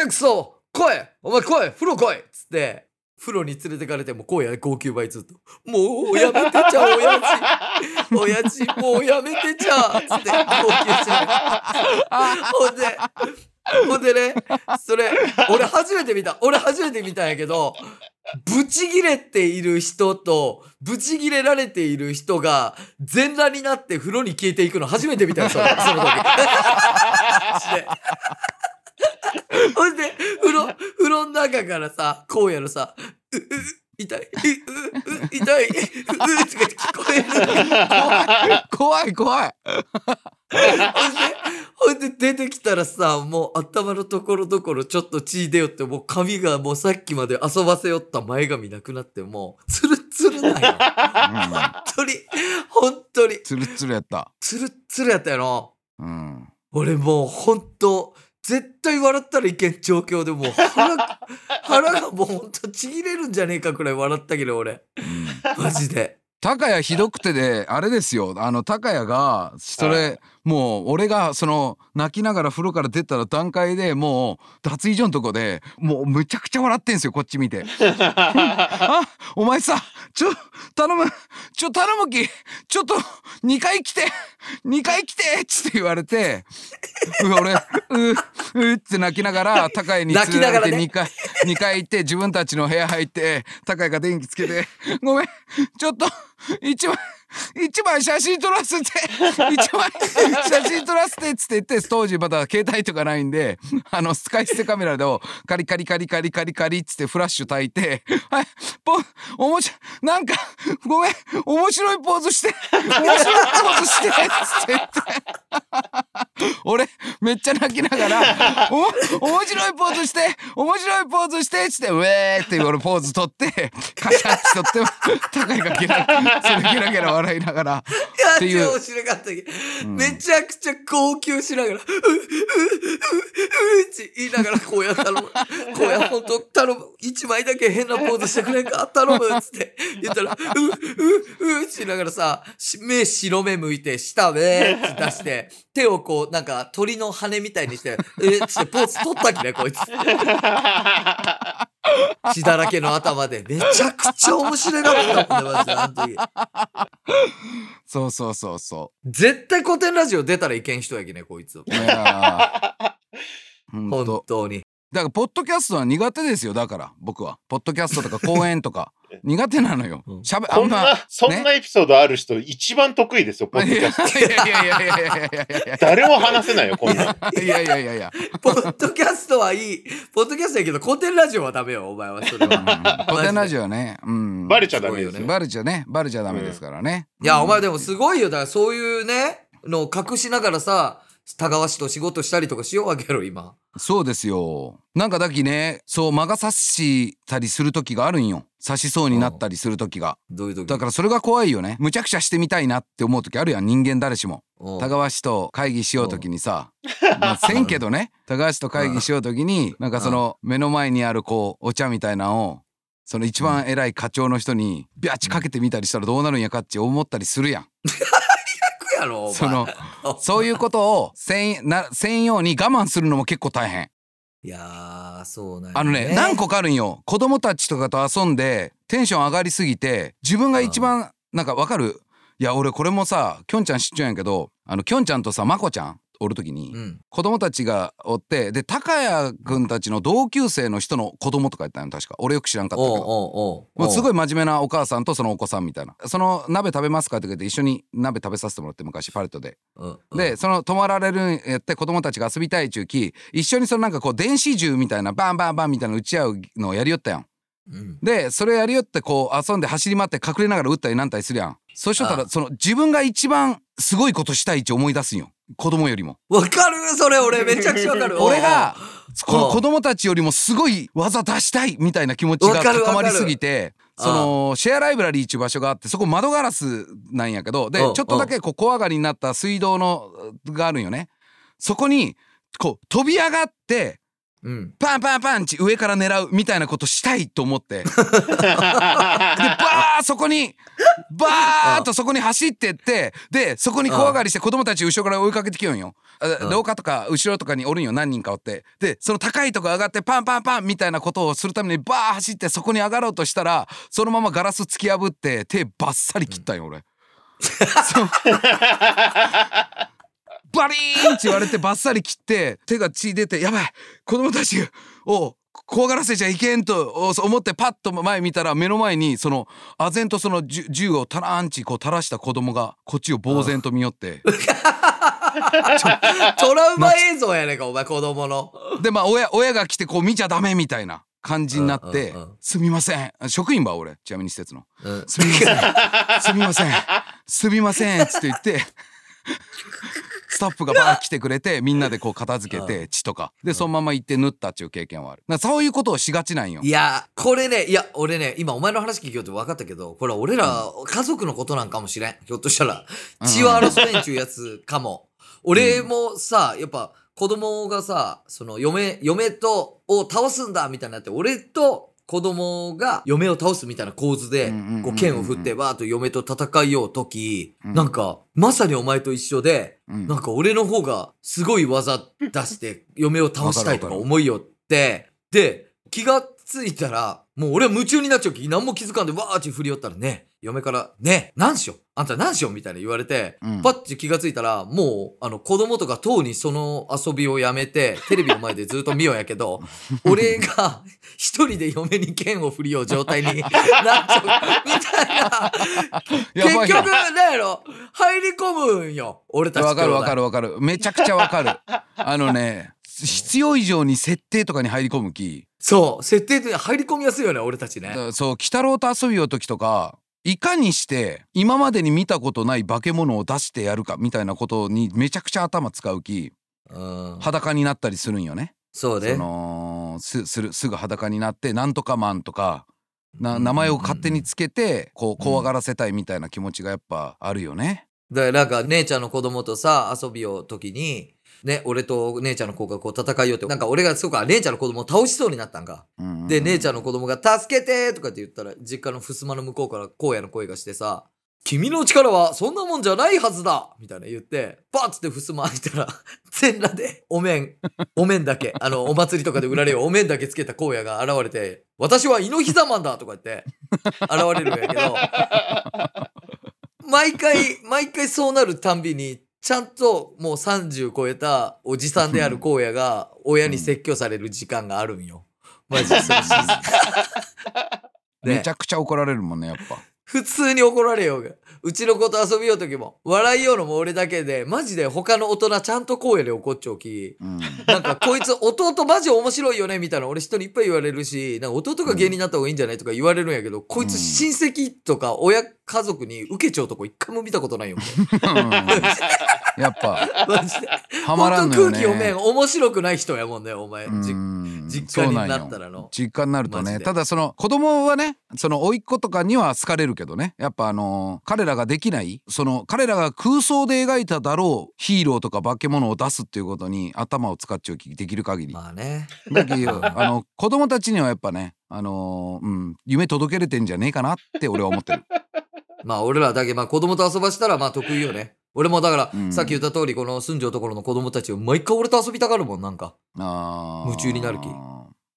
Speaker 3: えくそ来いお前来い風呂来い!」っつって風呂に連れてかれてもう荒野号泣倍ずっと「もうやめてちゃ親父親父もうやめてちゃ」っつって号泣しちゃうほんでほんでねそれ俺初めて見た俺初めて見たんやけどブチギレている人とブチギレられている人が全裸になって風呂に消えていくの初めて見たよそれその時。して。ほんで、風呂、風呂の中からさ、荒野のさ、う、う、痛い、う、う、う、痛い、う、う、とかって聞こえる。
Speaker 1: 怖い怖い
Speaker 3: ほんで、ほんで出てきたらさ、もう頭のところどころちょっと血出よって、もう髪がもうさっきまで遊ばせよった前髪なくなって、もう、ツルッツルなん
Speaker 1: うん
Speaker 3: よ。本当に、本当に、
Speaker 1: ツルッツルやった
Speaker 3: ツルッツルやったやろ。
Speaker 1: うん
Speaker 3: 俺もう本当絶対笑ったらいけん状況でもう腹 が腹がもう本当ちぎれるんじゃねえかくらい笑ったけど俺
Speaker 1: うん
Speaker 3: マジで
Speaker 1: 高谷ひどくてであれですよあの高谷がそれ、
Speaker 2: は
Speaker 1: もう俺がその泣きながら風呂から出たら段階でもう脱衣所のとこでもうむちゃくちゃ笑ってんすよこっち見て「あお前さちょ頼むちょ頼むきちょっと2回来て2回来て」っつって言われてうわ俺ううって泣きながら高谷に連れられ
Speaker 3: 泣きながら
Speaker 1: て
Speaker 3: ね
Speaker 1: 2回、二階行って自分たちの部屋入って高谷が電気つけて「ごめんちょっと一枚一枚写真撮らせて一枚写真撮らせて」っつって言って当時まだ携帯とかないんであの使い捨てカメラでをカリカリカリカリカリカリっつってフラッシュ焚いて「はいポおもしなんかごめん面白いポーズして面白いポーズして」っつって言って。俺めっちゃ泣きながら「お面白いポーズして面白いポーズして」っつって「ウェー」って俺ポーズ取ってカシャッと取って高いがゲラそれゲラゲラ笑いながらっ
Speaker 3: い
Speaker 1: て
Speaker 3: や
Speaker 1: いう
Speaker 3: 超面白かったけど、めちゃくちゃ号泣しながら「ううううううち」言いながらこうや頼む「こうや本当頼む一枚だけ変なポーズしてくれんか頼む」っつって言ったら「ううううち」言いながらさし目白目向いて舌目って出して手をこうなんか鳥の羽みたいにして「えっ?」つってポーズ取ったきねこいつ。血だらけの頭でめちゃくちゃ面白かったもんねマジであの時。
Speaker 1: そうそうそうそ
Speaker 3: 絶対古典ラジオ出たらいけん人やきね、こいつ。
Speaker 1: ういやーほん
Speaker 3: 本
Speaker 1: と
Speaker 3: 当に。
Speaker 1: だからポッドキャストは苦手ですよだから僕はポッドキャストとか公演とか苦手なのよ
Speaker 3: うん。
Speaker 1: しゃべあ
Speaker 2: こ
Speaker 1: ん
Speaker 2: ん
Speaker 1: ま
Speaker 2: な、そんなエピソードある人、一番得意ですよ、ポッ
Speaker 1: い
Speaker 2: ドキ
Speaker 1: や
Speaker 2: ャ
Speaker 1: い
Speaker 2: スト。
Speaker 1: やいやいやいやいやいやいやいや
Speaker 2: 誰も話せないよ、こんなん。
Speaker 1: いやいやいやいや。
Speaker 3: ポッドキャストはいい。ポッドキャストやけど、古典ラジオはダメよ、お前は。それは。
Speaker 1: 古典ラジオね。うん。
Speaker 2: バレちゃダメですす
Speaker 3: ご い
Speaker 2: よ。
Speaker 1: バレちゃね。バレちゃダメですからね。
Speaker 3: いや、お前
Speaker 1: で。
Speaker 3: でもすごいよ。だからそういうね、のを隠しながらさ、田川氏と仕事したりとかしようわけやろ、今。
Speaker 1: そうですよ。なんかだきね、そう魔が差したりする時があるんよ。刺しそうになったりする時が。
Speaker 3: どういう時
Speaker 1: だからそれが怖いよね。むちゃくちゃしてみたいなって思う時あるやん。人間誰しも。
Speaker 3: うん
Speaker 1: 高橋と会議しようときにさ、まあ、せんけどね高橋と会議しようときになんかその目の前にあるこうお茶みたいなのをその一番偉い課長の人にビャッチかけてみたりしたらどうなるんやかって思ったりするやん。
Speaker 3: 楽やろ、お前。
Speaker 1: そのそういうことをせんなせんように我慢するのも結構大変。
Speaker 3: いやー、そうなんや
Speaker 1: あのね何個かあるんよ。子供たちとかと遊んでテンション上がりすぎて自分が一番なんかわかるいや俺これもさきょんちゃん知っちゃうんやけどあのきょんちゃんとさまこちゃんおるときに。
Speaker 3: うん。
Speaker 1: 子供たちがおってで高谷君たちの同級生の人の子供とかやったの確か俺よく知らんかったけ
Speaker 3: おう
Speaker 1: ど。
Speaker 3: おうおう
Speaker 1: もうすご
Speaker 3: い。
Speaker 1: い真面目なお母さんとそのお子さんみたいな「その鍋食べますか?」って言って一緒に鍋食べさせてもらって昔パレットで。
Speaker 3: うんうん
Speaker 1: でその泊まられるんやって子供たちが遊びたいっちゅうき一緒にそのなんかこう電子銃みたいなバンバンバンみたいな打ち合うのをやりよったやん。
Speaker 3: うん
Speaker 1: でそれやりよってこう遊んで走り回って隠れながら打ったりなんたりするやん。そうしとった
Speaker 3: あ
Speaker 1: らその自分が一番すごいことしたいっちゅう思い出すんよ子供よりも。
Speaker 3: わかるそれ、俺、めちゃくちゃわか る。
Speaker 1: 俺がこ
Speaker 3: うん
Speaker 1: の子供たちよりもすごい技出したいみたいな気持ち
Speaker 3: わ
Speaker 1: が
Speaker 3: かるわか
Speaker 1: 高
Speaker 3: る
Speaker 1: まりすぎて
Speaker 3: うん
Speaker 1: そのシェアライブラリーっていう場所があってそこ窓ガラスなんやけどでち
Speaker 3: う
Speaker 1: ょ
Speaker 3: ん
Speaker 1: っとだけこう小上がりになった水道のがあるんよねそこにこう飛び上がって
Speaker 3: うん。うん。
Speaker 1: パンパンパンチ上から狙うみたいなことしたいと思 ってでバーそこにバーっとそこに走ってってでそこに小上がりして子供たち後ろから追いかけてきよんよあ
Speaker 3: うん
Speaker 1: 廊下とか後ろとかにおるんよ何人かおってでその高いとこ上がってパンパンパンみたいなことをするためにバー走ってそこに上がろうとしたらそのままガラス突き破って手バッサリ切ったんよ俺。そうバリーンって言われてバッサリ切って手が血出てやばい子供たちを怖がらせちゃいけんと思ってパッと前見たら目の前にその唖然とその銃銃をタラーンチこう垂らした子供がこっちを呆然と見よって
Speaker 3: トラウマ映像やねんか、お前、子供の。
Speaker 1: でまあ親親が来てこう見ちゃダメみたいな感じになって
Speaker 3: うんうんうん
Speaker 1: 「すみません」職員は俺ちなみに施設の
Speaker 3: うん
Speaker 1: 「すみま せんすみませんすみません」っつって言って。スタッフがバー来てくれてみんなでこう片付けて血とかでそのまま行って縫ったっていう経験はあるだからそういうことをしがちなんよ
Speaker 3: いや、これね、いや、俺ね、今お前の話聞きようって分かったけど、これは俺ら、家族のことなんかもしれん。ひょっとしたら、
Speaker 1: うん
Speaker 3: 血は争えんちゅうやつかも。俺もさ、やっぱ、子供がさ、その、嫁、嫁と、を倒すんだ、みたいになって、俺と、子供が嫁を倒すみたいな構図で
Speaker 1: うんうんうんうん、
Speaker 3: こう剣を振ってわーっと嫁と戦いようとき、
Speaker 1: うん
Speaker 3: なんか、まさにお前と一緒で、
Speaker 1: うん
Speaker 3: なんか俺の方がすごい技出 して嫁を倒したいとか思いよって、で、気がついたら、もう俺は夢中になっちゃうき、何も気づかんでわーって振り寄ったらね、嫁から、ね、何しようあんた何しようみたいな言われて、
Speaker 1: うん
Speaker 3: パッて気がついたら、もう、あの、子供とかとうにその遊びをやめて、テレビの前でずっと見ようや けど、俺が一人で嫁に剣を振りよう状態になっちゃう、みたいな。
Speaker 1: やばい
Speaker 3: 結
Speaker 1: よ
Speaker 3: 局、なんやろ、入り込むんよ、俺たち
Speaker 1: わかるわか
Speaker 3: る。
Speaker 1: るわかるめちゃくちゃわか るあのね必要以上に設定とかに入り込むき
Speaker 3: そう、設定で入り込みやすいよね、俺たち
Speaker 1: だ
Speaker 3: ね
Speaker 1: か。らそう「鬼太郎と遊びよ」時とかいかにして今までに見たことない化け物を出してやるかみたいなことにめちゃくちゃ頭使うき
Speaker 3: うん。
Speaker 1: 裸になったりするんよね。
Speaker 3: そうね
Speaker 1: そ。のすするすぐ裸になってなんとかマンとかな
Speaker 3: うん
Speaker 1: 名前を勝手につけてこう怖がらせたいみたいな気持ちがやっぱあるよね。
Speaker 3: だからなんか姉ちゃんの子供とさ、遊びを時に、ね、俺と姉ちゃんの子がこう戦いようって、なんか俺がすごく姉ちゃんの子供を倒しそうになったんか。で、姉ちゃんの子供が助けてとかって言ったら、実家の襖の向こうから荒野の声がしてさ、君の力はそんなもんじゃないはずだみたいな言って、バッつって襖開いたら、全裸でお面、 お面だけ、あの、お祭りとかで売られるお面だけつけた荒野が現れて、私はイノヒザマンだとか言って、現れるんやけど、毎回、毎回そうなるたんびに、ちゃんともう30超えたおじさんである荒野が 親に説教される時間があるんよ。マジでそのシーズン
Speaker 1: め
Speaker 3: で
Speaker 1: ちゃくちゃ怒られるもんねやっぱ
Speaker 3: 普通に怒られようが。うちの子と遊びようときも、笑いようのも俺だけで、マジで他の大人ちゃんとこうやで怒っちゃうき。
Speaker 1: うん
Speaker 3: なんかこいつ弟マジ面白いよねみたいな俺人にいっぱい言われるし、なんか弟が芸人になった方がいいんじゃないとか言われるんやけど、こいつ親戚とか親家族に受けちゃうとこ一回も見たことな いよ。
Speaker 1: やっぱ
Speaker 3: マジで。
Speaker 1: ハマらんのよ
Speaker 3: 本当空
Speaker 1: ね
Speaker 3: 気読めん。面白くない人やもんね、お前。じ
Speaker 1: うん
Speaker 3: 実家になっ
Speaker 1: そう
Speaker 3: たらの
Speaker 1: なんよ実家になると
Speaker 3: マジ
Speaker 1: ね
Speaker 3: で
Speaker 1: ただその子供はねその甥っ子とかには好かれるけどねやっぱあのー彼らができないその彼らが空想で描いただろうヒーローとか化け物を出すっていうことに頭を使っちゃうきできる限り、
Speaker 3: まあね。
Speaker 1: だけどあの子供たちにはやっぱねあのーうん夢届けれてんじゃねえかなって俺は思ってる
Speaker 3: まあ俺らだけ、まあ子供と遊ばしたらまあ得意よね。俺もだから、
Speaker 1: うん
Speaker 3: さっき言った通り、この住んじょうところの子供たちを毎回俺と遊びたがるもん、なんか。
Speaker 1: あー
Speaker 3: 夢中になる気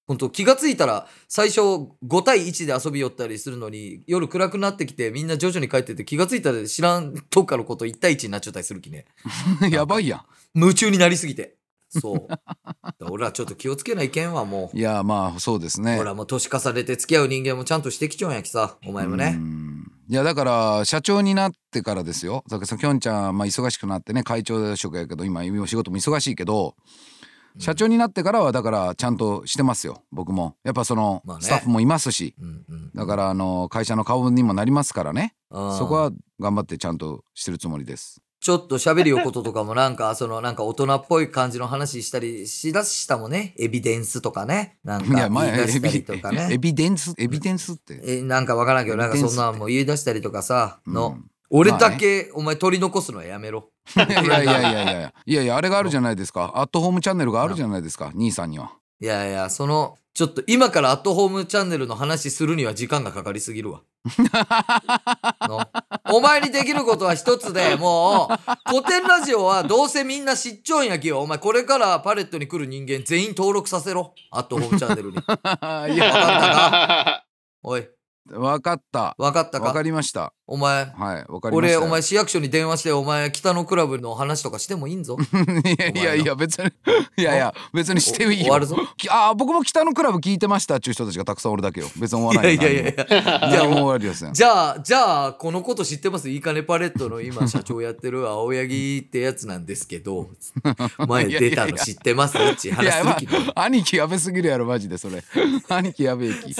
Speaker 3: 本当気がついたら、最初5対1で遊びよったりするのに、夜暗くなってきて、みんな徐々に帰ってて、気がついたら知らんとこからこと1対1になっちゃったりするきね。
Speaker 1: やばいやん
Speaker 3: 夢中になりすぎて。そう。だから俺らちょっと気をつけないけんわ、もう。
Speaker 1: いやまあそうですね
Speaker 3: ほら、もう年重ねて付き合う人間もちゃんとしてきちょんやきさ、お前も
Speaker 1: う
Speaker 3: ね。
Speaker 1: んいやだから社長になってからですよだからそのきょんちゃん、まあ、忙しくなってね会長職やけど今お仕事も忙しいけど社長になってからはだからちゃんとしてますよ僕もやっぱその
Speaker 3: まあね
Speaker 1: スタッフもいますし、
Speaker 3: うんうん。
Speaker 1: だからあの会社の顔にもなりますからね
Speaker 3: ら
Speaker 1: そこは頑張ってちゃんとしてるつもりです
Speaker 3: ちょっと喋るよこととかもなんか、そ のなんか大人っぽい感じの話したりしだしたもんね。エビデンスとかね。なん
Speaker 1: い
Speaker 3: か
Speaker 1: や
Speaker 3: 言い
Speaker 1: 前エ
Speaker 3: 出したり
Speaker 1: ビ
Speaker 3: とか
Speaker 1: エ
Speaker 3: ね。
Speaker 1: ビデンスエビデンスって
Speaker 3: え、なんかわからんけど、なんか
Speaker 1: エビデンス
Speaker 3: そんなんも言い出したりとかさ、
Speaker 1: う
Speaker 3: の
Speaker 1: ん。
Speaker 3: 俺だけ、お前取り残すのはやめろ。
Speaker 1: いやいやいやいやいやいやいやあれがあるじゃないですかアットホームチャンネルがあるじゃないですか兄さんにはい
Speaker 3: やいや、その、ちょっと今からアットホームチャンネルの話するには時間がかかりすぎ るわ。のお前にできることは一つでもう、古典ラジオはどうせみんな知っちょんやきよ。お前これからパレットに来る人間全員登録させろ。アットホームチャンネルに。
Speaker 1: い や
Speaker 3: わかおい、
Speaker 1: わかった
Speaker 3: わかった
Speaker 1: わ
Speaker 3: か
Speaker 1: かりました
Speaker 3: お前、
Speaker 1: はい、わかりまし
Speaker 3: 俺、
Speaker 1: たよ。
Speaker 3: お前市役所に電話して、お前北のクラブの話とかしてもいいんぞ。
Speaker 1: いやいやいや別に いやいや別に していいよ。
Speaker 3: お終 わるぞ。
Speaker 1: きあー僕も北のクラブ聞いてましたっていう人たちがたくさんおるだけよ。別に思わ
Speaker 3: い
Speaker 1: な
Speaker 3: や
Speaker 1: い
Speaker 3: い
Speaker 1: よ。
Speaker 3: やいやい
Speaker 1: 何
Speaker 3: や。
Speaker 1: も。
Speaker 3: じゃ
Speaker 1: 何も終
Speaker 3: あ
Speaker 1: わり ですね。
Speaker 3: じゃあ、じゃあ、このこと知ってますいいかねパレットの今、社長やってる青柳ってやつなんですけ ど、前出たの知ってますって
Speaker 1: い
Speaker 3: 話
Speaker 1: や、
Speaker 3: す
Speaker 1: ま
Speaker 3: る
Speaker 1: あ
Speaker 3: 気も。、
Speaker 1: 兄貴やべすぎるやろマジでそ れ。兄貴やべえき。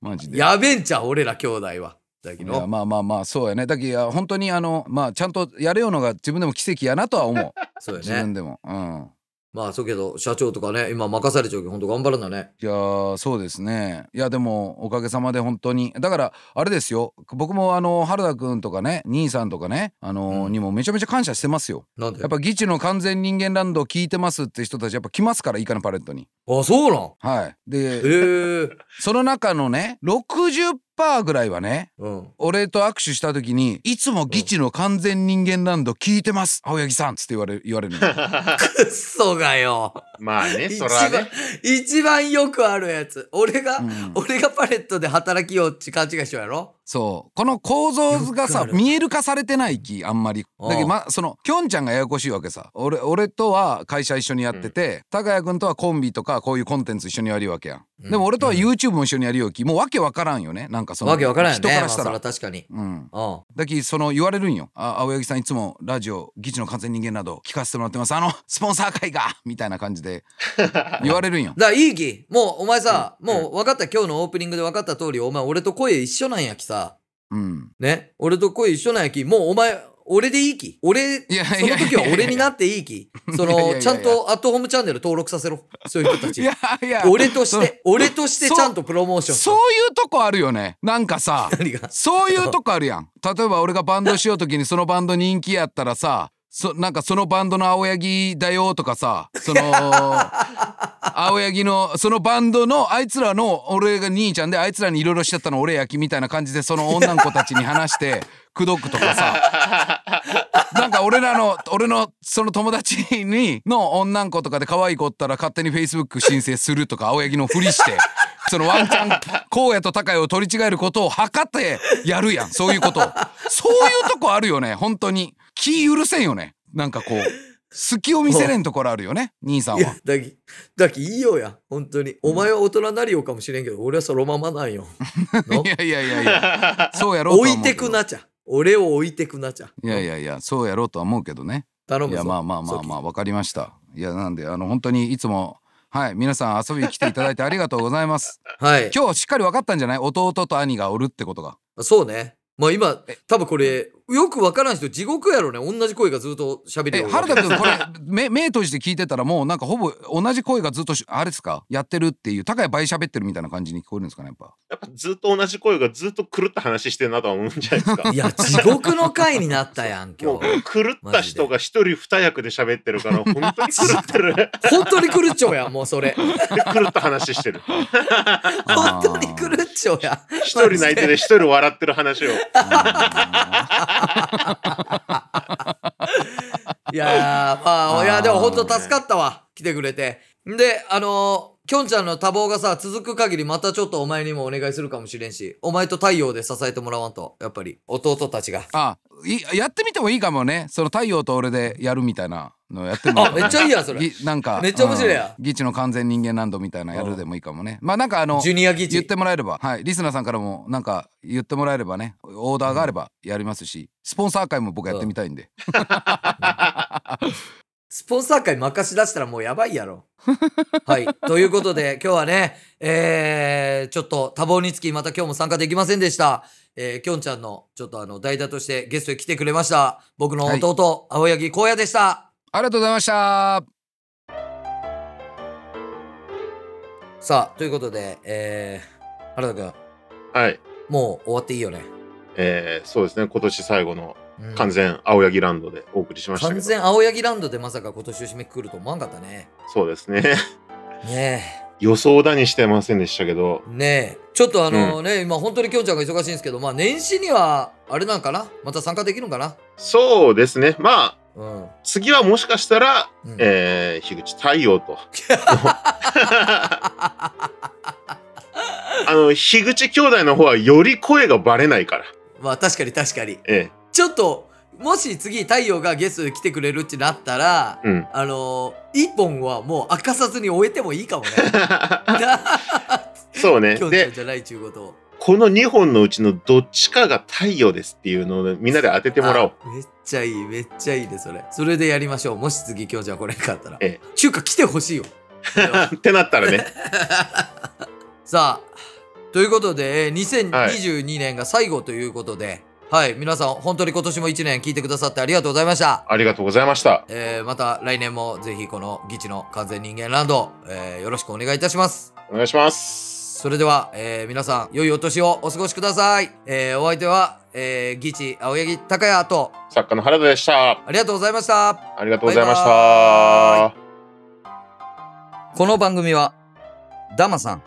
Speaker 1: マジで。
Speaker 3: やべんちゃう、俺ら兄弟は。だけ
Speaker 1: いや
Speaker 3: ど。
Speaker 1: まあまあまあそうやね。だけどいや本当にあのまあちゃんとやれよのが自分でも奇跡やなとは思う。
Speaker 3: そう
Speaker 1: 自
Speaker 3: よ
Speaker 1: 分
Speaker 3: ね。
Speaker 1: でも。うん。
Speaker 3: まあ、そうけど、社長とかね、今任されちゃうけど、本当頑張るんだね。
Speaker 1: いやーそうですねいやでもおかげさまで本当にだからあれですよ僕もあの原田くんとかね兄さんとかねあのー
Speaker 3: うん
Speaker 1: にもめちゃめちゃ感謝してますよ
Speaker 3: なんで
Speaker 1: やっぱ「ギチの完全人間ランド」聞いてますって人たちやっぱ来ますからいいかなパレットに
Speaker 3: あ、そうなん
Speaker 1: はい
Speaker 3: ええ
Speaker 1: でその中のね60%ぐらいはね
Speaker 3: うん。
Speaker 1: 俺と握手した時に「いつもギチの完全人間ランド聞いてます青柳さん」っつって言われ言われるの
Speaker 3: くっそがよ。
Speaker 2: まあね、
Speaker 3: 一
Speaker 2: そ
Speaker 3: 番
Speaker 2: らね。
Speaker 3: 一番よくあるやつ。俺が、
Speaker 1: うん
Speaker 3: 俺がパレットで働きようって勘違いしようやろ
Speaker 1: そうこの構造が
Speaker 3: よくあ
Speaker 1: さ
Speaker 3: る
Speaker 1: 見える化されてないきあんまり
Speaker 3: うん
Speaker 1: だけどまそのきょんちゃんがややこしいわけさ俺俺とは会社一緒にやってて、高谷君とはコンビとかこういうコンテンツ一緒にやるわけやん、
Speaker 3: うん
Speaker 1: でも俺とは YouTube も一緒にやるよきもうわけわからんよねなんかその
Speaker 3: わけわからんよ
Speaker 1: 人
Speaker 3: ね。
Speaker 1: からしたら、
Speaker 3: まあそれは確かに。
Speaker 1: うん
Speaker 3: うん。
Speaker 1: だきその言われるんよあ青柳さんいつもラジオ「議事の完全人間」など聞かせてもらってますあのスポンサー会がみたいな感じで言われ るんよ
Speaker 3: だからいいき。もうお前さ、
Speaker 2: うん
Speaker 3: もう分かった。今日のオープニングで分かった通り、お前俺と声一緒なんやきさ。
Speaker 1: うん
Speaker 3: ね。俺と声一緒なんやき。もうお前、俺でいいき。俺、
Speaker 1: いやいや
Speaker 3: その時は俺になっていいき。そ
Speaker 1: いやいやい
Speaker 3: の、
Speaker 1: や
Speaker 3: ちゃんとアットホームチャンネル登録させろ。そういう人た
Speaker 1: い
Speaker 3: ち。
Speaker 1: やいや
Speaker 3: 俺 として、俺としてちゃんとプロモーション。
Speaker 1: そういうとこあるよねなんかさ
Speaker 3: 何が
Speaker 1: そういうとこあるやん。例えば俺がバンドしようときにそのバンド人気やったらさ、そなんかそのバンドの青柳だよとかさ、その青柳のそのバンドのあいつらの俺が兄ちゃんであいつらにいろいろしちゃったの俺やきみたいな感じでその女の子たちに話して口説くとかさ。なんか俺らの俺のその友達にの女の子とかで可愛い子おったら勝手に Facebook 申請するとか青柳のふりして。そのワンチャン荒野と高谷を取り違えることを測ってやるやんそういうことをそういうとこあるよね本当に気許せんよねなんかこう隙を見せれんところあるよね兄さん
Speaker 3: いや
Speaker 1: は。
Speaker 3: だきだきいいよや本当にお前は大人になりようかもしれんけど俺はそのままなんよの
Speaker 1: いやいや いやいやそうやろうとは
Speaker 3: 置い
Speaker 1: 思うけ
Speaker 3: て
Speaker 1: ど
Speaker 3: くなちゃ俺を置いてくなちゃ
Speaker 1: いやいやいやそうやろうとは思うけどね。
Speaker 3: 頼む
Speaker 1: い
Speaker 3: ぞ
Speaker 1: やまあまあまあま
Speaker 3: そう
Speaker 1: あわかりました。いやなんであの本当にいつもはい皆さん遊びに来ていただいてありがとうございます。
Speaker 3: はい
Speaker 1: 今日しっかり分かったんじゃない弟と兄がおるってことが。
Speaker 3: そうねまあ今
Speaker 1: え
Speaker 3: 多分これよくわからん人地獄やろね同じ声がずっと喋り
Speaker 1: え
Speaker 3: よる
Speaker 1: 原田君これ目目閉じて聞いてたらもうなんかほぼ同じ声がずっとしあれですかやってるっていう高い倍喋ってるみたいな感じに聞こえるんですかねやっぱ。
Speaker 2: やっぱずっと同じ声がずっと狂った話してるなとは思うんじゃないですか
Speaker 3: い。や地獄の回になったやん今
Speaker 2: もう
Speaker 3: 日
Speaker 2: 狂った人が一人二役で喋ってるから、本当に狂ってる。
Speaker 3: 本当に狂っちょやもうそれ
Speaker 2: 狂った話してる。
Speaker 1: あ
Speaker 3: 本
Speaker 1: ー
Speaker 3: 当に狂っちょや
Speaker 2: 一人泣いてて一人笑ってる話を。
Speaker 3: いやーまあ
Speaker 1: あー
Speaker 3: いやでも本当助かったわ来てくれてであのーきょんちゃんの多忙がさ続く限りまたちょっとお前にもお願いするかもしれんしお前と太陽で支えてもらわんとやっぱり弟たちが
Speaker 1: あいやってみてもいいかもねその太陽と俺でやるみたいなのやってみ
Speaker 3: あめっちゃいいやんそれ
Speaker 1: ぎなんか
Speaker 3: めっちゃ面白いや
Speaker 1: うんギチの完全人間ランドみたいなやるでもいいかもねまあなんかあの
Speaker 3: ジュニア議
Speaker 1: 言っ
Speaker 3: 事
Speaker 1: てもらえればはいリスナーさんからもなんか言ってもらえればねオーダーがあればやりますしスポンサー会も僕やってみたいんで
Speaker 3: スポンサー会任し出したらもうやばいやろはいということで今日はねえー、ちょっと多忙につきまた今日も参加できませんでしたえー、きょんちゃんのちょっとあの代打としてゲストに来てくれました僕の弟、青柳光也でした
Speaker 1: ありがとうございました
Speaker 3: さあということで、えー、原田君
Speaker 2: はい。
Speaker 3: もう終わっていいよね、
Speaker 2: えー、そうですね。今年最後の
Speaker 3: うん
Speaker 2: 完全青柳ランドでお送りしましたけ
Speaker 3: 完
Speaker 2: ど。
Speaker 3: 全青柳ランドでまさか今年を締めくくると思わんかったね
Speaker 2: そうですね。
Speaker 3: ね
Speaker 2: 予想だにしてませんでしたけど
Speaker 3: え。ねえちょっとあのね、今本当にきょんちゃんが忙しいんですけどまあ年始にはあれなんかなまた参加できるんかな
Speaker 2: そうですね。まあ、
Speaker 3: うん、うん
Speaker 2: 次はもしかしたら、えー、樋口太陽 と。あの、樋口兄弟の方はより声がバレないから。
Speaker 3: まあ確かに確かに
Speaker 2: え
Speaker 3: ちょっともし次太陽がゲストで来てくれるってなったら
Speaker 2: え。 うん。
Speaker 3: あの一本はもう明かさずに終えてもいいかもね
Speaker 2: そう ね。
Speaker 3: きょんちゃ
Speaker 2: で
Speaker 3: ん、じゃないっちゅうことを
Speaker 2: この2本のうちのどっちかが太陽ですっていうのをみんなで当ててもらおう。
Speaker 3: あめっちゃいいめっちゃいいねそれそれでやりましょうもし次今日じゃ来れなかったら
Speaker 2: え
Speaker 3: ちゅうか来てほしい よ
Speaker 2: ってなったらね。
Speaker 3: さあということでえー
Speaker 2: はい
Speaker 3: 2022年が最後ということではい、皆さん本当に今年も1年聞いてくださってありがとうございました、
Speaker 2: ありがとうございました。
Speaker 3: えーまた来年もぜひこの「ギチの完全人間ランド、えーよろしくお願いいたします
Speaker 2: お願いします。
Speaker 3: それでは、えー皆さん良いお年をお過ごしください、えーお相手は、えー、ギチ青柳高也と
Speaker 2: 作家の原田でした。
Speaker 3: ありがとうございました
Speaker 2: ありがとうございました。
Speaker 3: バイバこの番組は、ダマさん、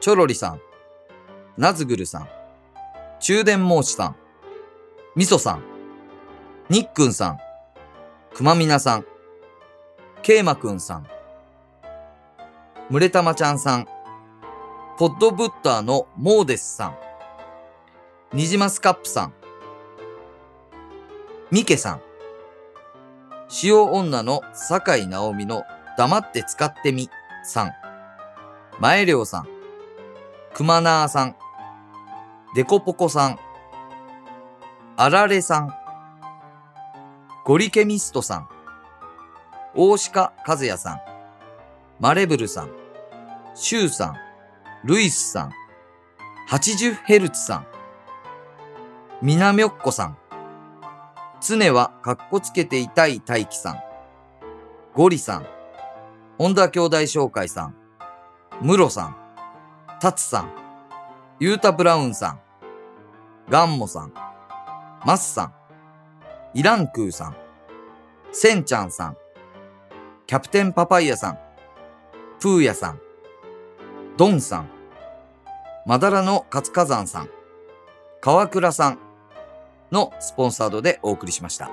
Speaker 3: チョロリさん、ナズグルさん、中電申しさん、ミソさん、ニックンさん、くまみなさん、ケイマくんさん、むれたまちゃんさん、ポッドブッターのモーデスさん、ニジマスカップさん、ミケさん、塩女の酒井直美の黙って使ってみ、さん。前良さん。熊なあさん。デコポコさん。あられさん。ゴリケミストさん。大鹿和也さん。マレブルさん。シュウさん。ルイスさん。80ヘルツさん。みなみょっこさん。常はかっこつけていたい大輝さん。ゴリさん。本田兄弟紹介さん、ムロさん、タツさん、ユータブラウンさん、ガンモさん、マスさん、イランクーさん、センちゃんさん、キャプテンパパイヤさん、プーヤさん、ドンさん、マダラの活火山さん、川倉さんのスポンサードでお送りしました。